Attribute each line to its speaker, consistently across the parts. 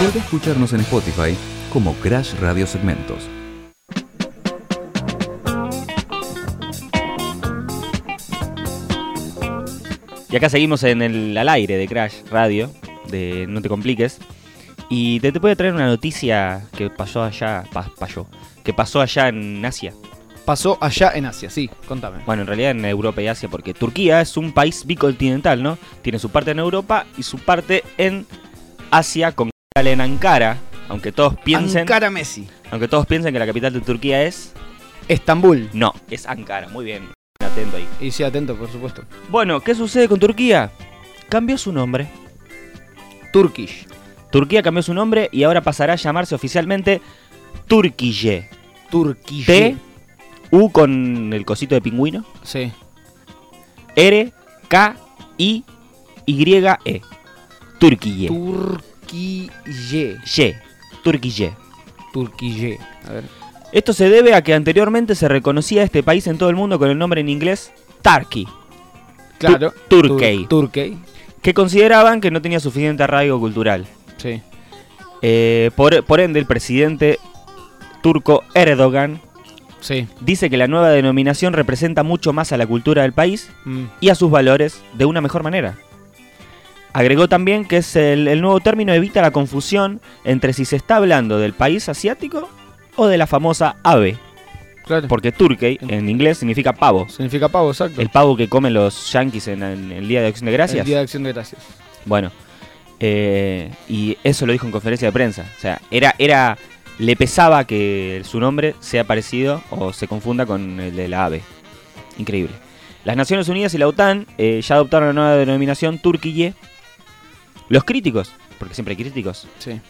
Speaker 1: Vuelve a escucharnos en Spotify como Crash Radio Segmentos.
Speaker 2: Y acá seguimos en el al aire de Crash Radio, de No te compliques. Y te, te voy a traer una noticia que pasó allá, pa- pasó, que pasó allá en Asia.
Speaker 3: Pasó allá en Asia, sí, contame.
Speaker 2: Bueno, en realidad en Europa y Asia, porque Turquía es un país bicontinental, ¿no? Tiene su parte en Europa y su parte en Asia, con capital en Ankara. Aunque todos piensen,
Speaker 3: Ankara Messi.
Speaker 2: aunque todos piensen que la capital de Turquía es,
Speaker 3: Estambul.
Speaker 2: no, es Ankara. Muy bien, atento ahí.
Speaker 3: Y sí, atento, por supuesto.
Speaker 2: Bueno, ¿qué sucede con Turquía? Cambió su nombre.
Speaker 3: Turkish.
Speaker 2: Turquía cambió su nombre y ahora pasará a llamarse oficialmente Turquille.
Speaker 3: Turquille.
Speaker 2: T, U con el cosito de pingüino,
Speaker 3: Sí.
Speaker 2: R, K, I, Y, E. Turquille.
Speaker 3: Turquille.
Speaker 2: Ye, Turquille.
Speaker 3: Turquille. A ver.
Speaker 2: Esto se debe a que anteriormente se reconocía este país en todo el mundo con el nombre en inglés Tarki,
Speaker 3: Claro.
Speaker 2: Tur- Turkey.
Speaker 3: Tur- Turkey.
Speaker 2: que consideraban que no tenía suficiente arraigo cultural.
Speaker 3: Sí.
Speaker 2: Eh, por, por ende, el presidente turco Erdogan
Speaker 3: Sí.
Speaker 2: dice que la nueva denominación representa mucho más a la cultura del país
Speaker 3: Mm.
Speaker 2: y a sus valores de una mejor manera. Agregó también que es el, el nuevo término evita la confusión entre si se está hablando del país asiático o de la famosa ave,
Speaker 3: Claro.
Speaker 2: porque turkey en inglés significa pavo.
Speaker 3: Significa pavo, exacto.
Speaker 2: El pavo que comen los yankees en, en el Día de Acción de Gracias.
Speaker 3: El Día de Acción de Gracias.
Speaker 2: Bueno, eh, y eso lo dijo en conferencia de prensa. O sea, era, era, le pesaba que su nombre sea parecido o se confunda con el de la ave. Increíble. Las Naciones Unidas y la OTAN eh, ya adoptaron la nueva denominación Turquille. Los críticos, porque siempre hay críticos,
Speaker 3: Sí.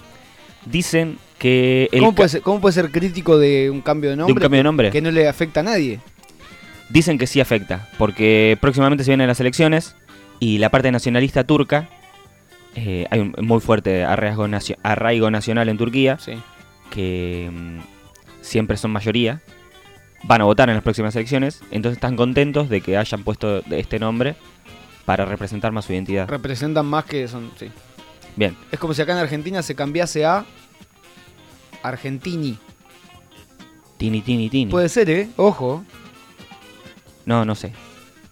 Speaker 2: dicen que el
Speaker 3: ¿Cómo,
Speaker 2: ca-
Speaker 3: puede ser, cómo puede ser crítico de un cambio de
Speaker 2: de
Speaker 3: nombre?
Speaker 2: un cambio de nombre
Speaker 3: Que no le afecta a nadie.
Speaker 2: dicen que sí afecta, porque próximamente se vienen las elecciones y la parte nacionalista turca, eh, hay un muy fuerte arraigo, nacio- arraigo nacional en Turquía,
Speaker 3: Sí.
Speaker 2: que mm, siempre son mayoría, van a votar en las próximas elecciones, entonces están contentos de que hayan puesto de este nombre para representar más su identidad.
Speaker 3: Representan más que son. Sí.
Speaker 2: Bien,
Speaker 3: Es como si acá en Argentina se cambiase a. Argentini.
Speaker 2: tini, tini, tini.
Speaker 3: Puede ser, ¿eh? Ojo.
Speaker 2: No, no sé.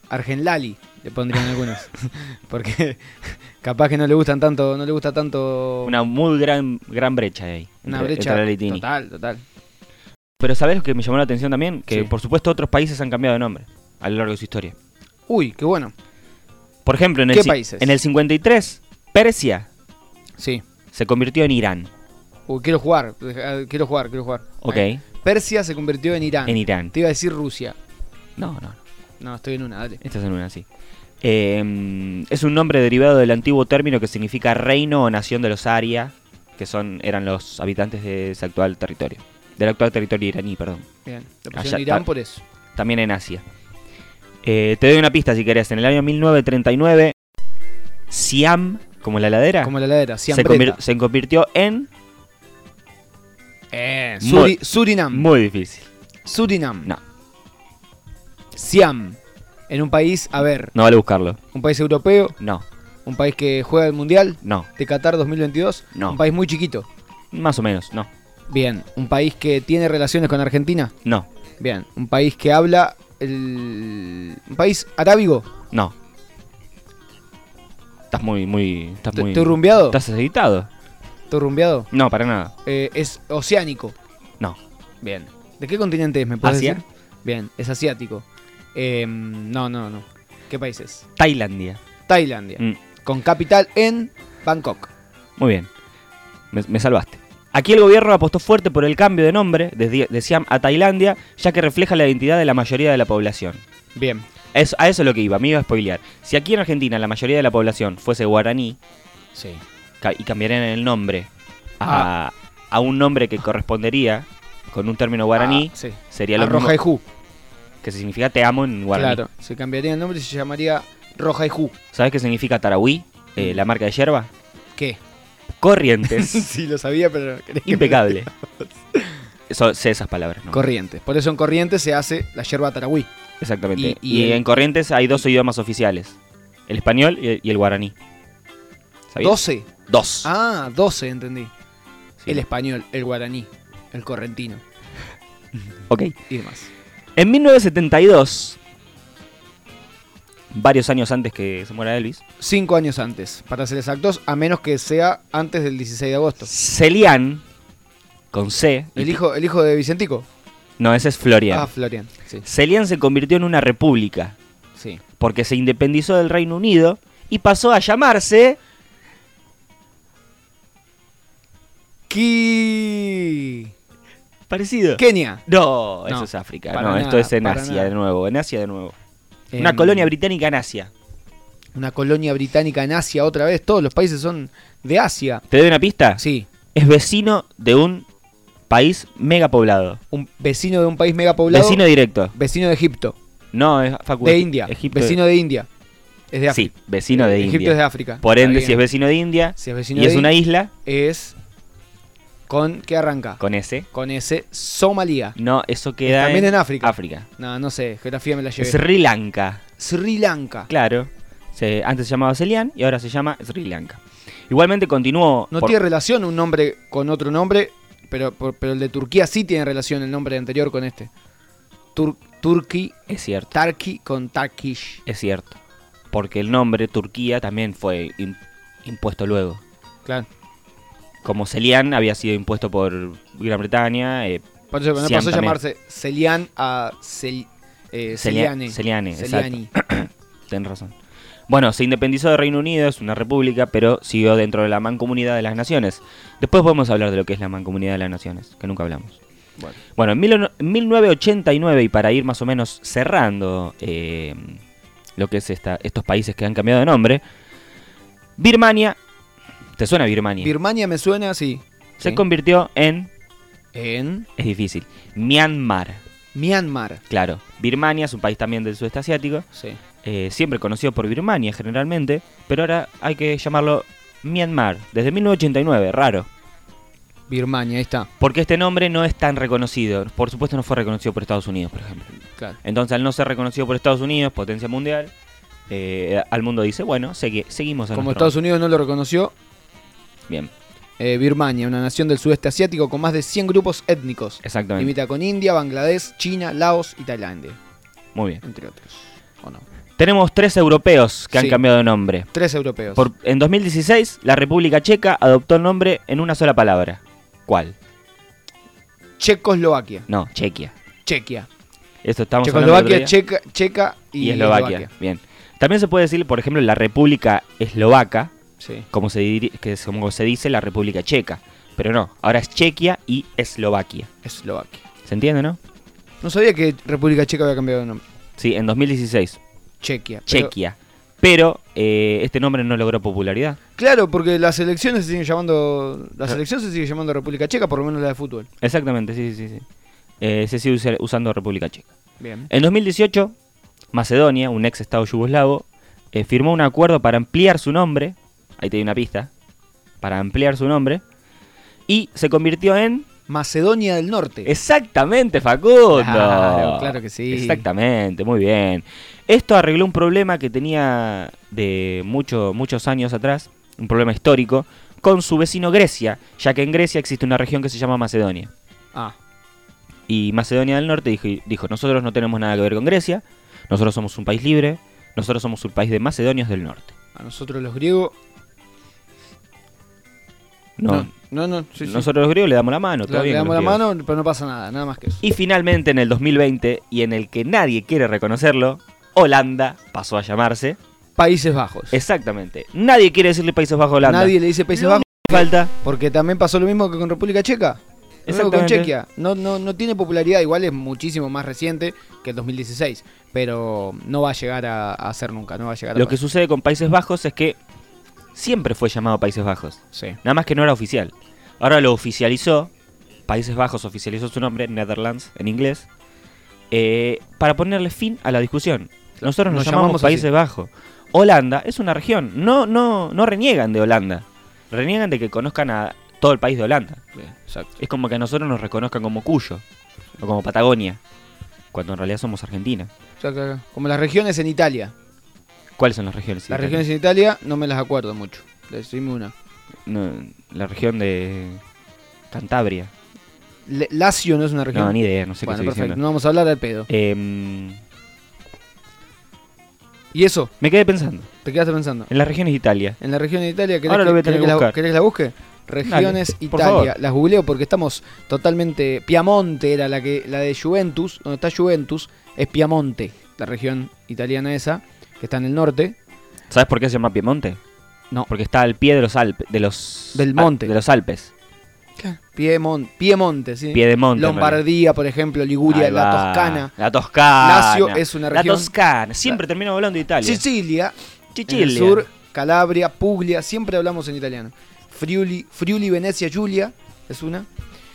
Speaker 3: Argenlali, le pondrían algunos. Porque capaz que no le gustan tanto, no le gusta tanto
Speaker 2: Una muy gran, gran brecha ahí.
Speaker 3: una
Speaker 2: entre-
Speaker 3: brecha
Speaker 2: entre la ley tini.
Speaker 3: total, total.
Speaker 2: Pero ¿sabés lo que me llamó la atención también? Que
Speaker 3: Sí.
Speaker 2: por supuesto otros países han cambiado de nombre a lo largo de su historia.
Speaker 3: Uy, qué bueno.
Speaker 2: Por ejemplo, en el,
Speaker 3: ¿Qué
Speaker 2: ci-
Speaker 3: países?
Speaker 2: en el 53, Persia
Speaker 3: Sí.
Speaker 2: se convirtió en Irán.
Speaker 3: Uy, quiero jugar, eh, quiero jugar, quiero jugar.
Speaker 2: Ok.
Speaker 3: Ahí. Persia se convirtió en Irán.
Speaker 2: En Irán.
Speaker 3: Te iba a decir Rusia.
Speaker 2: No, no, no.
Speaker 3: No, estoy en una, dale.
Speaker 2: Esta es en una así. Eh, es un nombre derivado del antiguo término que significa reino o nación de los Aria, que son eran los habitantes de ese actual territorio. Del actual territorio iraní, perdón.
Speaker 3: Bien. Lo
Speaker 2: Allá
Speaker 3: pusieron Irán
Speaker 2: está.
Speaker 3: por eso.
Speaker 2: También en Asia. Eh, te doy una pista si querés. En el año 1939, Siam, como la ladera,
Speaker 3: Como la ladera,
Speaker 2: Eh. se,
Speaker 3: siempre.
Speaker 2: convir- se convirtió en...
Speaker 3: Eh,
Speaker 2: Muy-
Speaker 3: Suri- Surinam.
Speaker 2: Muy difícil.
Speaker 3: Surinam.
Speaker 2: No.
Speaker 3: Siam. En un país, a ver,
Speaker 2: No vale buscarlo.
Speaker 3: un país europeo,
Speaker 2: No,
Speaker 3: un país que juega el Mundial
Speaker 2: no,
Speaker 3: de Qatar 2022,
Speaker 2: No.
Speaker 3: un país muy chiquito.
Speaker 2: más o menos, no.
Speaker 3: Bien, un país que tiene relaciones con Argentina.
Speaker 2: No,
Speaker 3: Bien, un país que habla el un país arábigo.
Speaker 2: no. Estás muy, muy. Estás
Speaker 3: ¿Te-
Speaker 2: muy.
Speaker 3: ¿Estoy rumbeado?
Speaker 2: ¿Estás editado?
Speaker 3: ¿Estoy rumbeado?
Speaker 2: No, para nada.
Speaker 3: Eh, es oceánico.
Speaker 2: No.
Speaker 3: Bien. ¿De qué continente es? ¿Me puedes
Speaker 2: Asia.
Speaker 3: decir? Bien, es asiático. Em, no, no, no. ¿Qué país es?
Speaker 2: Tailandia.
Speaker 3: Tailandia.
Speaker 2: Mm,
Speaker 3: Con capital en Bangkok.
Speaker 2: muy bien. Me, me salvaste. Aquí el gobierno apostó fuerte por el cambio de nombre de, Di- de Siam a Tailandia, ya que refleja la identidad de la mayoría de la población.
Speaker 3: Bien.
Speaker 2: Es- a eso es lo que iba, me iba a spoilear. Si aquí en Argentina la mayoría de la población fuese guaraní
Speaker 3: Sí.
Speaker 2: ca- y cambiarían el nombre a, a un nombre que correspondería con un término guaraní,
Speaker 3: Ah, sí.
Speaker 2: sería lo
Speaker 3: A
Speaker 2: mismo
Speaker 3: Rojaijú.
Speaker 2: que significa te amo en guaraní.
Speaker 3: Claro. Se cambiaría el nombre y se llamaría Rojaijú.
Speaker 2: ¿Sabes qué significa Tarahui? Eh, la marca de yerba.
Speaker 3: ¿Qué?
Speaker 2: Corrientes.
Speaker 3: sí, lo sabía, pero...
Speaker 2: Impecable. Eso, sé esas palabras, ¿no?
Speaker 3: Corrientes. Por eso en Corrientes se hace la yerba tarahui.
Speaker 2: Exactamente.
Speaker 3: Y-
Speaker 2: Y,
Speaker 3: y el-
Speaker 2: en Corrientes hay dos idiomas oficiales: el español y el, y el guaraní. ¿Sabías?
Speaker 3: 12.
Speaker 2: Dos.
Speaker 3: Ah, 12, entendí.
Speaker 2: Sí.
Speaker 3: El español, el guaraní, el correntino
Speaker 2: Ok.
Speaker 3: y demás.
Speaker 2: En 1972, varios años antes que se muera Elvis,
Speaker 3: Cinco años antes, para ser exactos, a menos que sea antes del 16 de agosto.
Speaker 2: Celian, con C. y
Speaker 3: El
Speaker 2: T-
Speaker 3: hijo, el hijo de Vicentico.
Speaker 2: No, ese es Florian.
Speaker 3: Ah, Florian. Sí,
Speaker 2: Celian se convirtió en una república
Speaker 3: sí.
Speaker 2: porque se independizó del Reino Unido y pasó a llamarse.
Speaker 3: Ki-
Speaker 2: Parecido.
Speaker 3: Kenia.
Speaker 2: No, eso
Speaker 3: No,
Speaker 2: es África.
Speaker 3: para
Speaker 2: No, esto
Speaker 3: nada,
Speaker 2: es en
Speaker 3: para
Speaker 2: Asia
Speaker 3: nada.
Speaker 2: de nuevo. En Asia de nuevo. Una
Speaker 3: Em,
Speaker 2: colonia británica en Asia.
Speaker 3: Una colonia británica en Asia otra vez. Todos los países son de Asia.
Speaker 2: ¿Te doy una pista?
Speaker 3: Sí.
Speaker 2: Es vecino de un país mega poblado.
Speaker 3: Un vecino de un país megapoblado.
Speaker 2: Vecino directo.
Speaker 3: Vecino de Egipto.
Speaker 2: No, es Facu,
Speaker 3: De
Speaker 2: Egi-
Speaker 3: India.
Speaker 2: Egipto-
Speaker 3: Vecino de India. Es de
Speaker 2: Sí,
Speaker 3: África.
Speaker 2: vecino de
Speaker 3: Eh, Egipto
Speaker 2: India.
Speaker 3: es de África.
Speaker 2: Por ende,
Speaker 3: Está
Speaker 2: si es
Speaker 3: bien.
Speaker 2: vecino de India
Speaker 3: Si es vecino
Speaker 2: y
Speaker 3: de
Speaker 2: es una
Speaker 3: India,
Speaker 2: isla,
Speaker 3: es con ¿qué arranca?
Speaker 2: con ese.
Speaker 3: Con ese Somalia.
Speaker 2: No, eso queda
Speaker 3: También en África.
Speaker 2: África.
Speaker 3: No, no sé, geografía me la llevé.
Speaker 2: Sri Lanka,
Speaker 3: Sri Lanka.
Speaker 2: claro. Se- antes se llamaba Celian y ahora se llama Sri Lanka. Igualmente continuó.
Speaker 3: No
Speaker 2: por-
Speaker 3: tiene relación un nombre con otro nombre, pero, por- pero el de Turquía sí tiene relación el nombre anterior con este. Tur Turki,
Speaker 2: Es cierto,
Speaker 3: Tarki con Turkish.
Speaker 2: es cierto. Porque el nombre Turquía también fue im- impuesto luego.
Speaker 3: Claro.
Speaker 2: Como Celian había sido impuesto por Gran Bretaña, eh,
Speaker 3: Por eso que no
Speaker 2: Siam
Speaker 3: pasó a
Speaker 2: también.
Speaker 3: llamarse Celian a Cel eh,
Speaker 2: Celia-
Speaker 3: Celiane.
Speaker 2: Celiane, exacto.
Speaker 3: Celiani.
Speaker 2: Tenés razón. Bueno, se independizó de Reino Unido, es una república, pero siguió dentro de la mancomunidad de las naciones. Después podemos hablar de lo que es la mancomunidad de las naciones, que nunca hablamos.
Speaker 3: Bueno.
Speaker 2: Bueno, en mil- 1989, y para ir más o menos cerrando eh, lo que es esta, estos países que han cambiado de nombre, Birmania, ¿te suena Birmania?
Speaker 3: Birmania me suena así.
Speaker 2: se
Speaker 3: Sí.
Speaker 2: convirtió en,
Speaker 3: En
Speaker 2: es difícil, Myanmar.
Speaker 3: Myanmar.
Speaker 2: Claro, Birmania es un país también del sudeste asiático.
Speaker 3: Sí.
Speaker 2: eh, siempre conocido por Birmania generalmente, pero ahora hay que llamarlo Myanmar, desde 1989, raro,
Speaker 3: Birmania, ahí está.
Speaker 2: porque este nombre no es tan reconocido, por supuesto no fue reconocido por Estados Unidos, por ejemplo.
Speaker 3: Claro.
Speaker 2: Entonces al no ser reconocido por Estados Unidos, potencia mundial, eh, al mundo dice, bueno, segui- seguimos a
Speaker 3: Como
Speaker 2: nuestro-
Speaker 3: Estados Unidos no lo reconoció,
Speaker 2: Bien,
Speaker 3: eh, Birmania, una nación del sudeste asiático con más de 100 grupos étnicos.
Speaker 2: exactamente,
Speaker 3: Limita con India, Bangladesh, China, Laos y Tailandia,
Speaker 2: muy bien.
Speaker 3: entre otros. ¿O no?
Speaker 2: Tenemos tres europeos que han
Speaker 3: Sí.
Speaker 2: cambiado de nombre.
Speaker 3: Tres europeos.
Speaker 2: Por- en 2016, la República Checa adoptó el nombre en una sola palabra. ¿Cuál?
Speaker 3: Checoslovaquia,
Speaker 2: No, Chequia.
Speaker 3: Chequia.
Speaker 2: Esto estamos hablando el otro
Speaker 3: Checoslovaquia,
Speaker 2: día.
Speaker 3: Checa, Checa y,
Speaker 2: y, Eslovaquia. Bien. También se puede decir, por ejemplo, la República Eslovaca,
Speaker 3: Sí.
Speaker 2: como se, diri- que es como se dice la República Checa. Pero no, ahora es Chequia y Eslovaquia.
Speaker 3: Eslovaquia.
Speaker 2: ¿Se entiende, no?
Speaker 3: No sabía que República Checa había cambiado de nombre.
Speaker 2: Sí, en 2016,
Speaker 3: Chequia. pero-
Speaker 2: Chequia. Pero eh, este nombre no logró popularidad.
Speaker 3: claro, porque las elecciones se siguen llamando. La selección se sigue llamando República Checa, por lo menos la de fútbol.
Speaker 2: Exactamente, sí, sí, sí. sí. Eh, se sigue usa- usando República Checa.
Speaker 3: Bien.
Speaker 2: En 2018, Macedonia, un ex estado yugoslavo, eh, firmó un acuerdo para ampliar su nombre. Ahí te doy una pista. Para ampliar su nombre. Y se convirtió en
Speaker 3: Macedonia del Norte.
Speaker 2: Exactamente, Facundo.
Speaker 3: Claro, claro que sí.
Speaker 2: Exactamente, muy bien. Esto arregló un problema que tenía de mucho- muchos años atrás, un problema histórico, con su vecino Grecia, ya que en Grecia existe una región que se llama Macedonia.
Speaker 3: Ah,
Speaker 2: Y Macedonia del Norte dijo, dijo, nosotros no tenemos nada que ver con Grecia, nosotros somos un país libre, nosotros somos un país de Macedonios del Norte.
Speaker 3: a nosotros los griegos.
Speaker 2: No,
Speaker 3: no, no. sí, sí.
Speaker 2: nosotros los griegos le damos la mano, todo
Speaker 3: Le-
Speaker 2: bien
Speaker 3: le
Speaker 2: con
Speaker 3: damos
Speaker 2: los
Speaker 3: la
Speaker 2: griegos.
Speaker 3: mano, pero no pasa nada, nada más que eso.
Speaker 2: Y finalmente en el 2020, y en el que nadie quiere reconocerlo, Holanda pasó a llamarse.
Speaker 3: Países Bajos.
Speaker 2: Exactamente. Nadie quiere decirle Países Bajos a Holanda.
Speaker 3: Nadie le dice Países
Speaker 2: Lo
Speaker 3: Bajos
Speaker 2: único que falta.
Speaker 3: porque también pasó lo mismo que con República Checa. Lo mismo que Con
Speaker 2: Exactamente.
Speaker 3: Chequia. No, no, no tiene popularidad, igual es muchísimo más reciente que el 2016, pero no va a llegar a, a ser nunca, no va a llegar a
Speaker 2: Lo que
Speaker 3: pasar.
Speaker 2: sucede con Países Bajos es que siempre fue llamado Países Bajos.
Speaker 3: Sí.
Speaker 2: Nada más que no era oficial. Ahora lo oficializó. Países Bajos oficializó su nombre, Netherlands, en inglés. eh, para ponerle fin a la discusión. Nosotros nos,
Speaker 3: Nos
Speaker 2: llamamos,
Speaker 3: llamamos
Speaker 2: Países
Speaker 3: así.
Speaker 2: Bajos. Holanda es una región. No, no, no reniegan de Holanda. Reniegan de que conozcan a todo el país de Holanda.
Speaker 3: Exacto.
Speaker 2: Es como que a nosotros nos reconozcan como Cuyo o como Patagonia, cuando en realidad somos Argentina.
Speaker 3: Exacto, exacto. Como las regiones en Italia.
Speaker 2: ¿Cuáles son las regiones?
Speaker 3: Las regiones en Italia no me las acuerdo mucho. Decime una.
Speaker 2: No, la región de Cantabria.
Speaker 3: Le- Lazio no es una región.
Speaker 2: No, ni idea, no sé
Speaker 3: bueno,
Speaker 2: qué
Speaker 3: perfecto.
Speaker 2: estoy diciendo.
Speaker 3: No vamos a hablar del pedo.
Speaker 2: Em,
Speaker 3: Y eso,
Speaker 2: me quedé pensando.
Speaker 3: te quedaste pensando.
Speaker 2: En las regiones de Italia.
Speaker 3: En la región de Italia, ¿querés,
Speaker 2: Ahora lo
Speaker 3: que,
Speaker 2: voy a tener
Speaker 3: querés
Speaker 2: que
Speaker 3: la,
Speaker 2: buscar.
Speaker 3: querés la busque? Regiones
Speaker 2: por
Speaker 3: Italia.
Speaker 2: favor.
Speaker 3: Las googleo porque estamos totalmente. Piamonte era la que la de Juventus. Donde está Juventus es Piamonte, la región italiana esa, que está en el norte.
Speaker 2: ¿Sabes por qué se llama Piemonte?
Speaker 3: No.
Speaker 2: Porque está al pie de los Alpes. De los,
Speaker 3: Del
Speaker 2: ah,
Speaker 3: monte.
Speaker 2: de los Alpes.
Speaker 3: Piemon- Piemonte, sí.
Speaker 2: Pie de monte.
Speaker 3: Lombardía, por ejemplo, Liguria,
Speaker 2: Ahí
Speaker 3: la
Speaker 2: va.
Speaker 3: Toscana,
Speaker 2: La Toscana.
Speaker 3: Lazio es una región-
Speaker 2: La Toscana. Siempre termino hablando de Italia.
Speaker 3: Sicilia, en el
Speaker 2: Sicilia.
Speaker 3: sur, Calabria, Puglia, siempre hablamos en italiano. Friuli, Friuli, Venecia, Giulia, es una.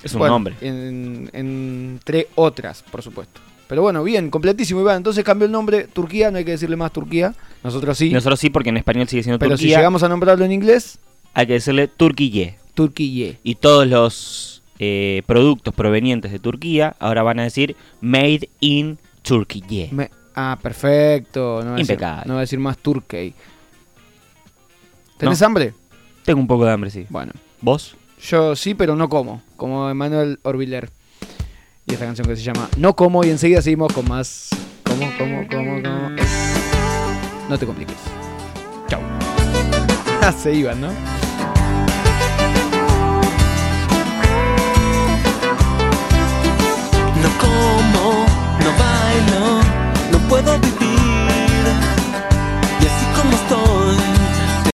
Speaker 2: Es un
Speaker 3: Bueno,
Speaker 2: nombre.
Speaker 3: en- entre otras, por supuesto. Pero bueno, bien, completísimo, Iván. Entonces cambió el nombre Turquía, no hay que decirle más Turquía. Nosotros sí.
Speaker 2: Nosotros sí, porque en español sigue siendo
Speaker 3: pero si
Speaker 2: Turquía.
Speaker 3: llegamos a nombrarlo en inglés,
Speaker 2: Hay que decirle Turquille.
Speaker 3: Turquille.
Speaker 2: Y todos los eh, productos provenientes de Turquía ahora van a decir Made in Turquille.
Speaker 3: Me- ah, perfecto. No va a decir-
Speaker 2: Impecable.
Speaker 3: no va a decir más Turkey. ¿Tenés
Speaker 2: No.
Speaker 3: hambre?
Speaker 2: Tengo un poco de hambre, sí.
Speaker 3: Bueno,
Speaker 2: ¿Vos?
Speaker 3: yo sí, pero no como. Como Emanuel Orbiler. Y esta canción que se llama No como. Y enseguida seguimos con más. Como, como, como, como. No te compliques. Chau. Se iban, ¿no?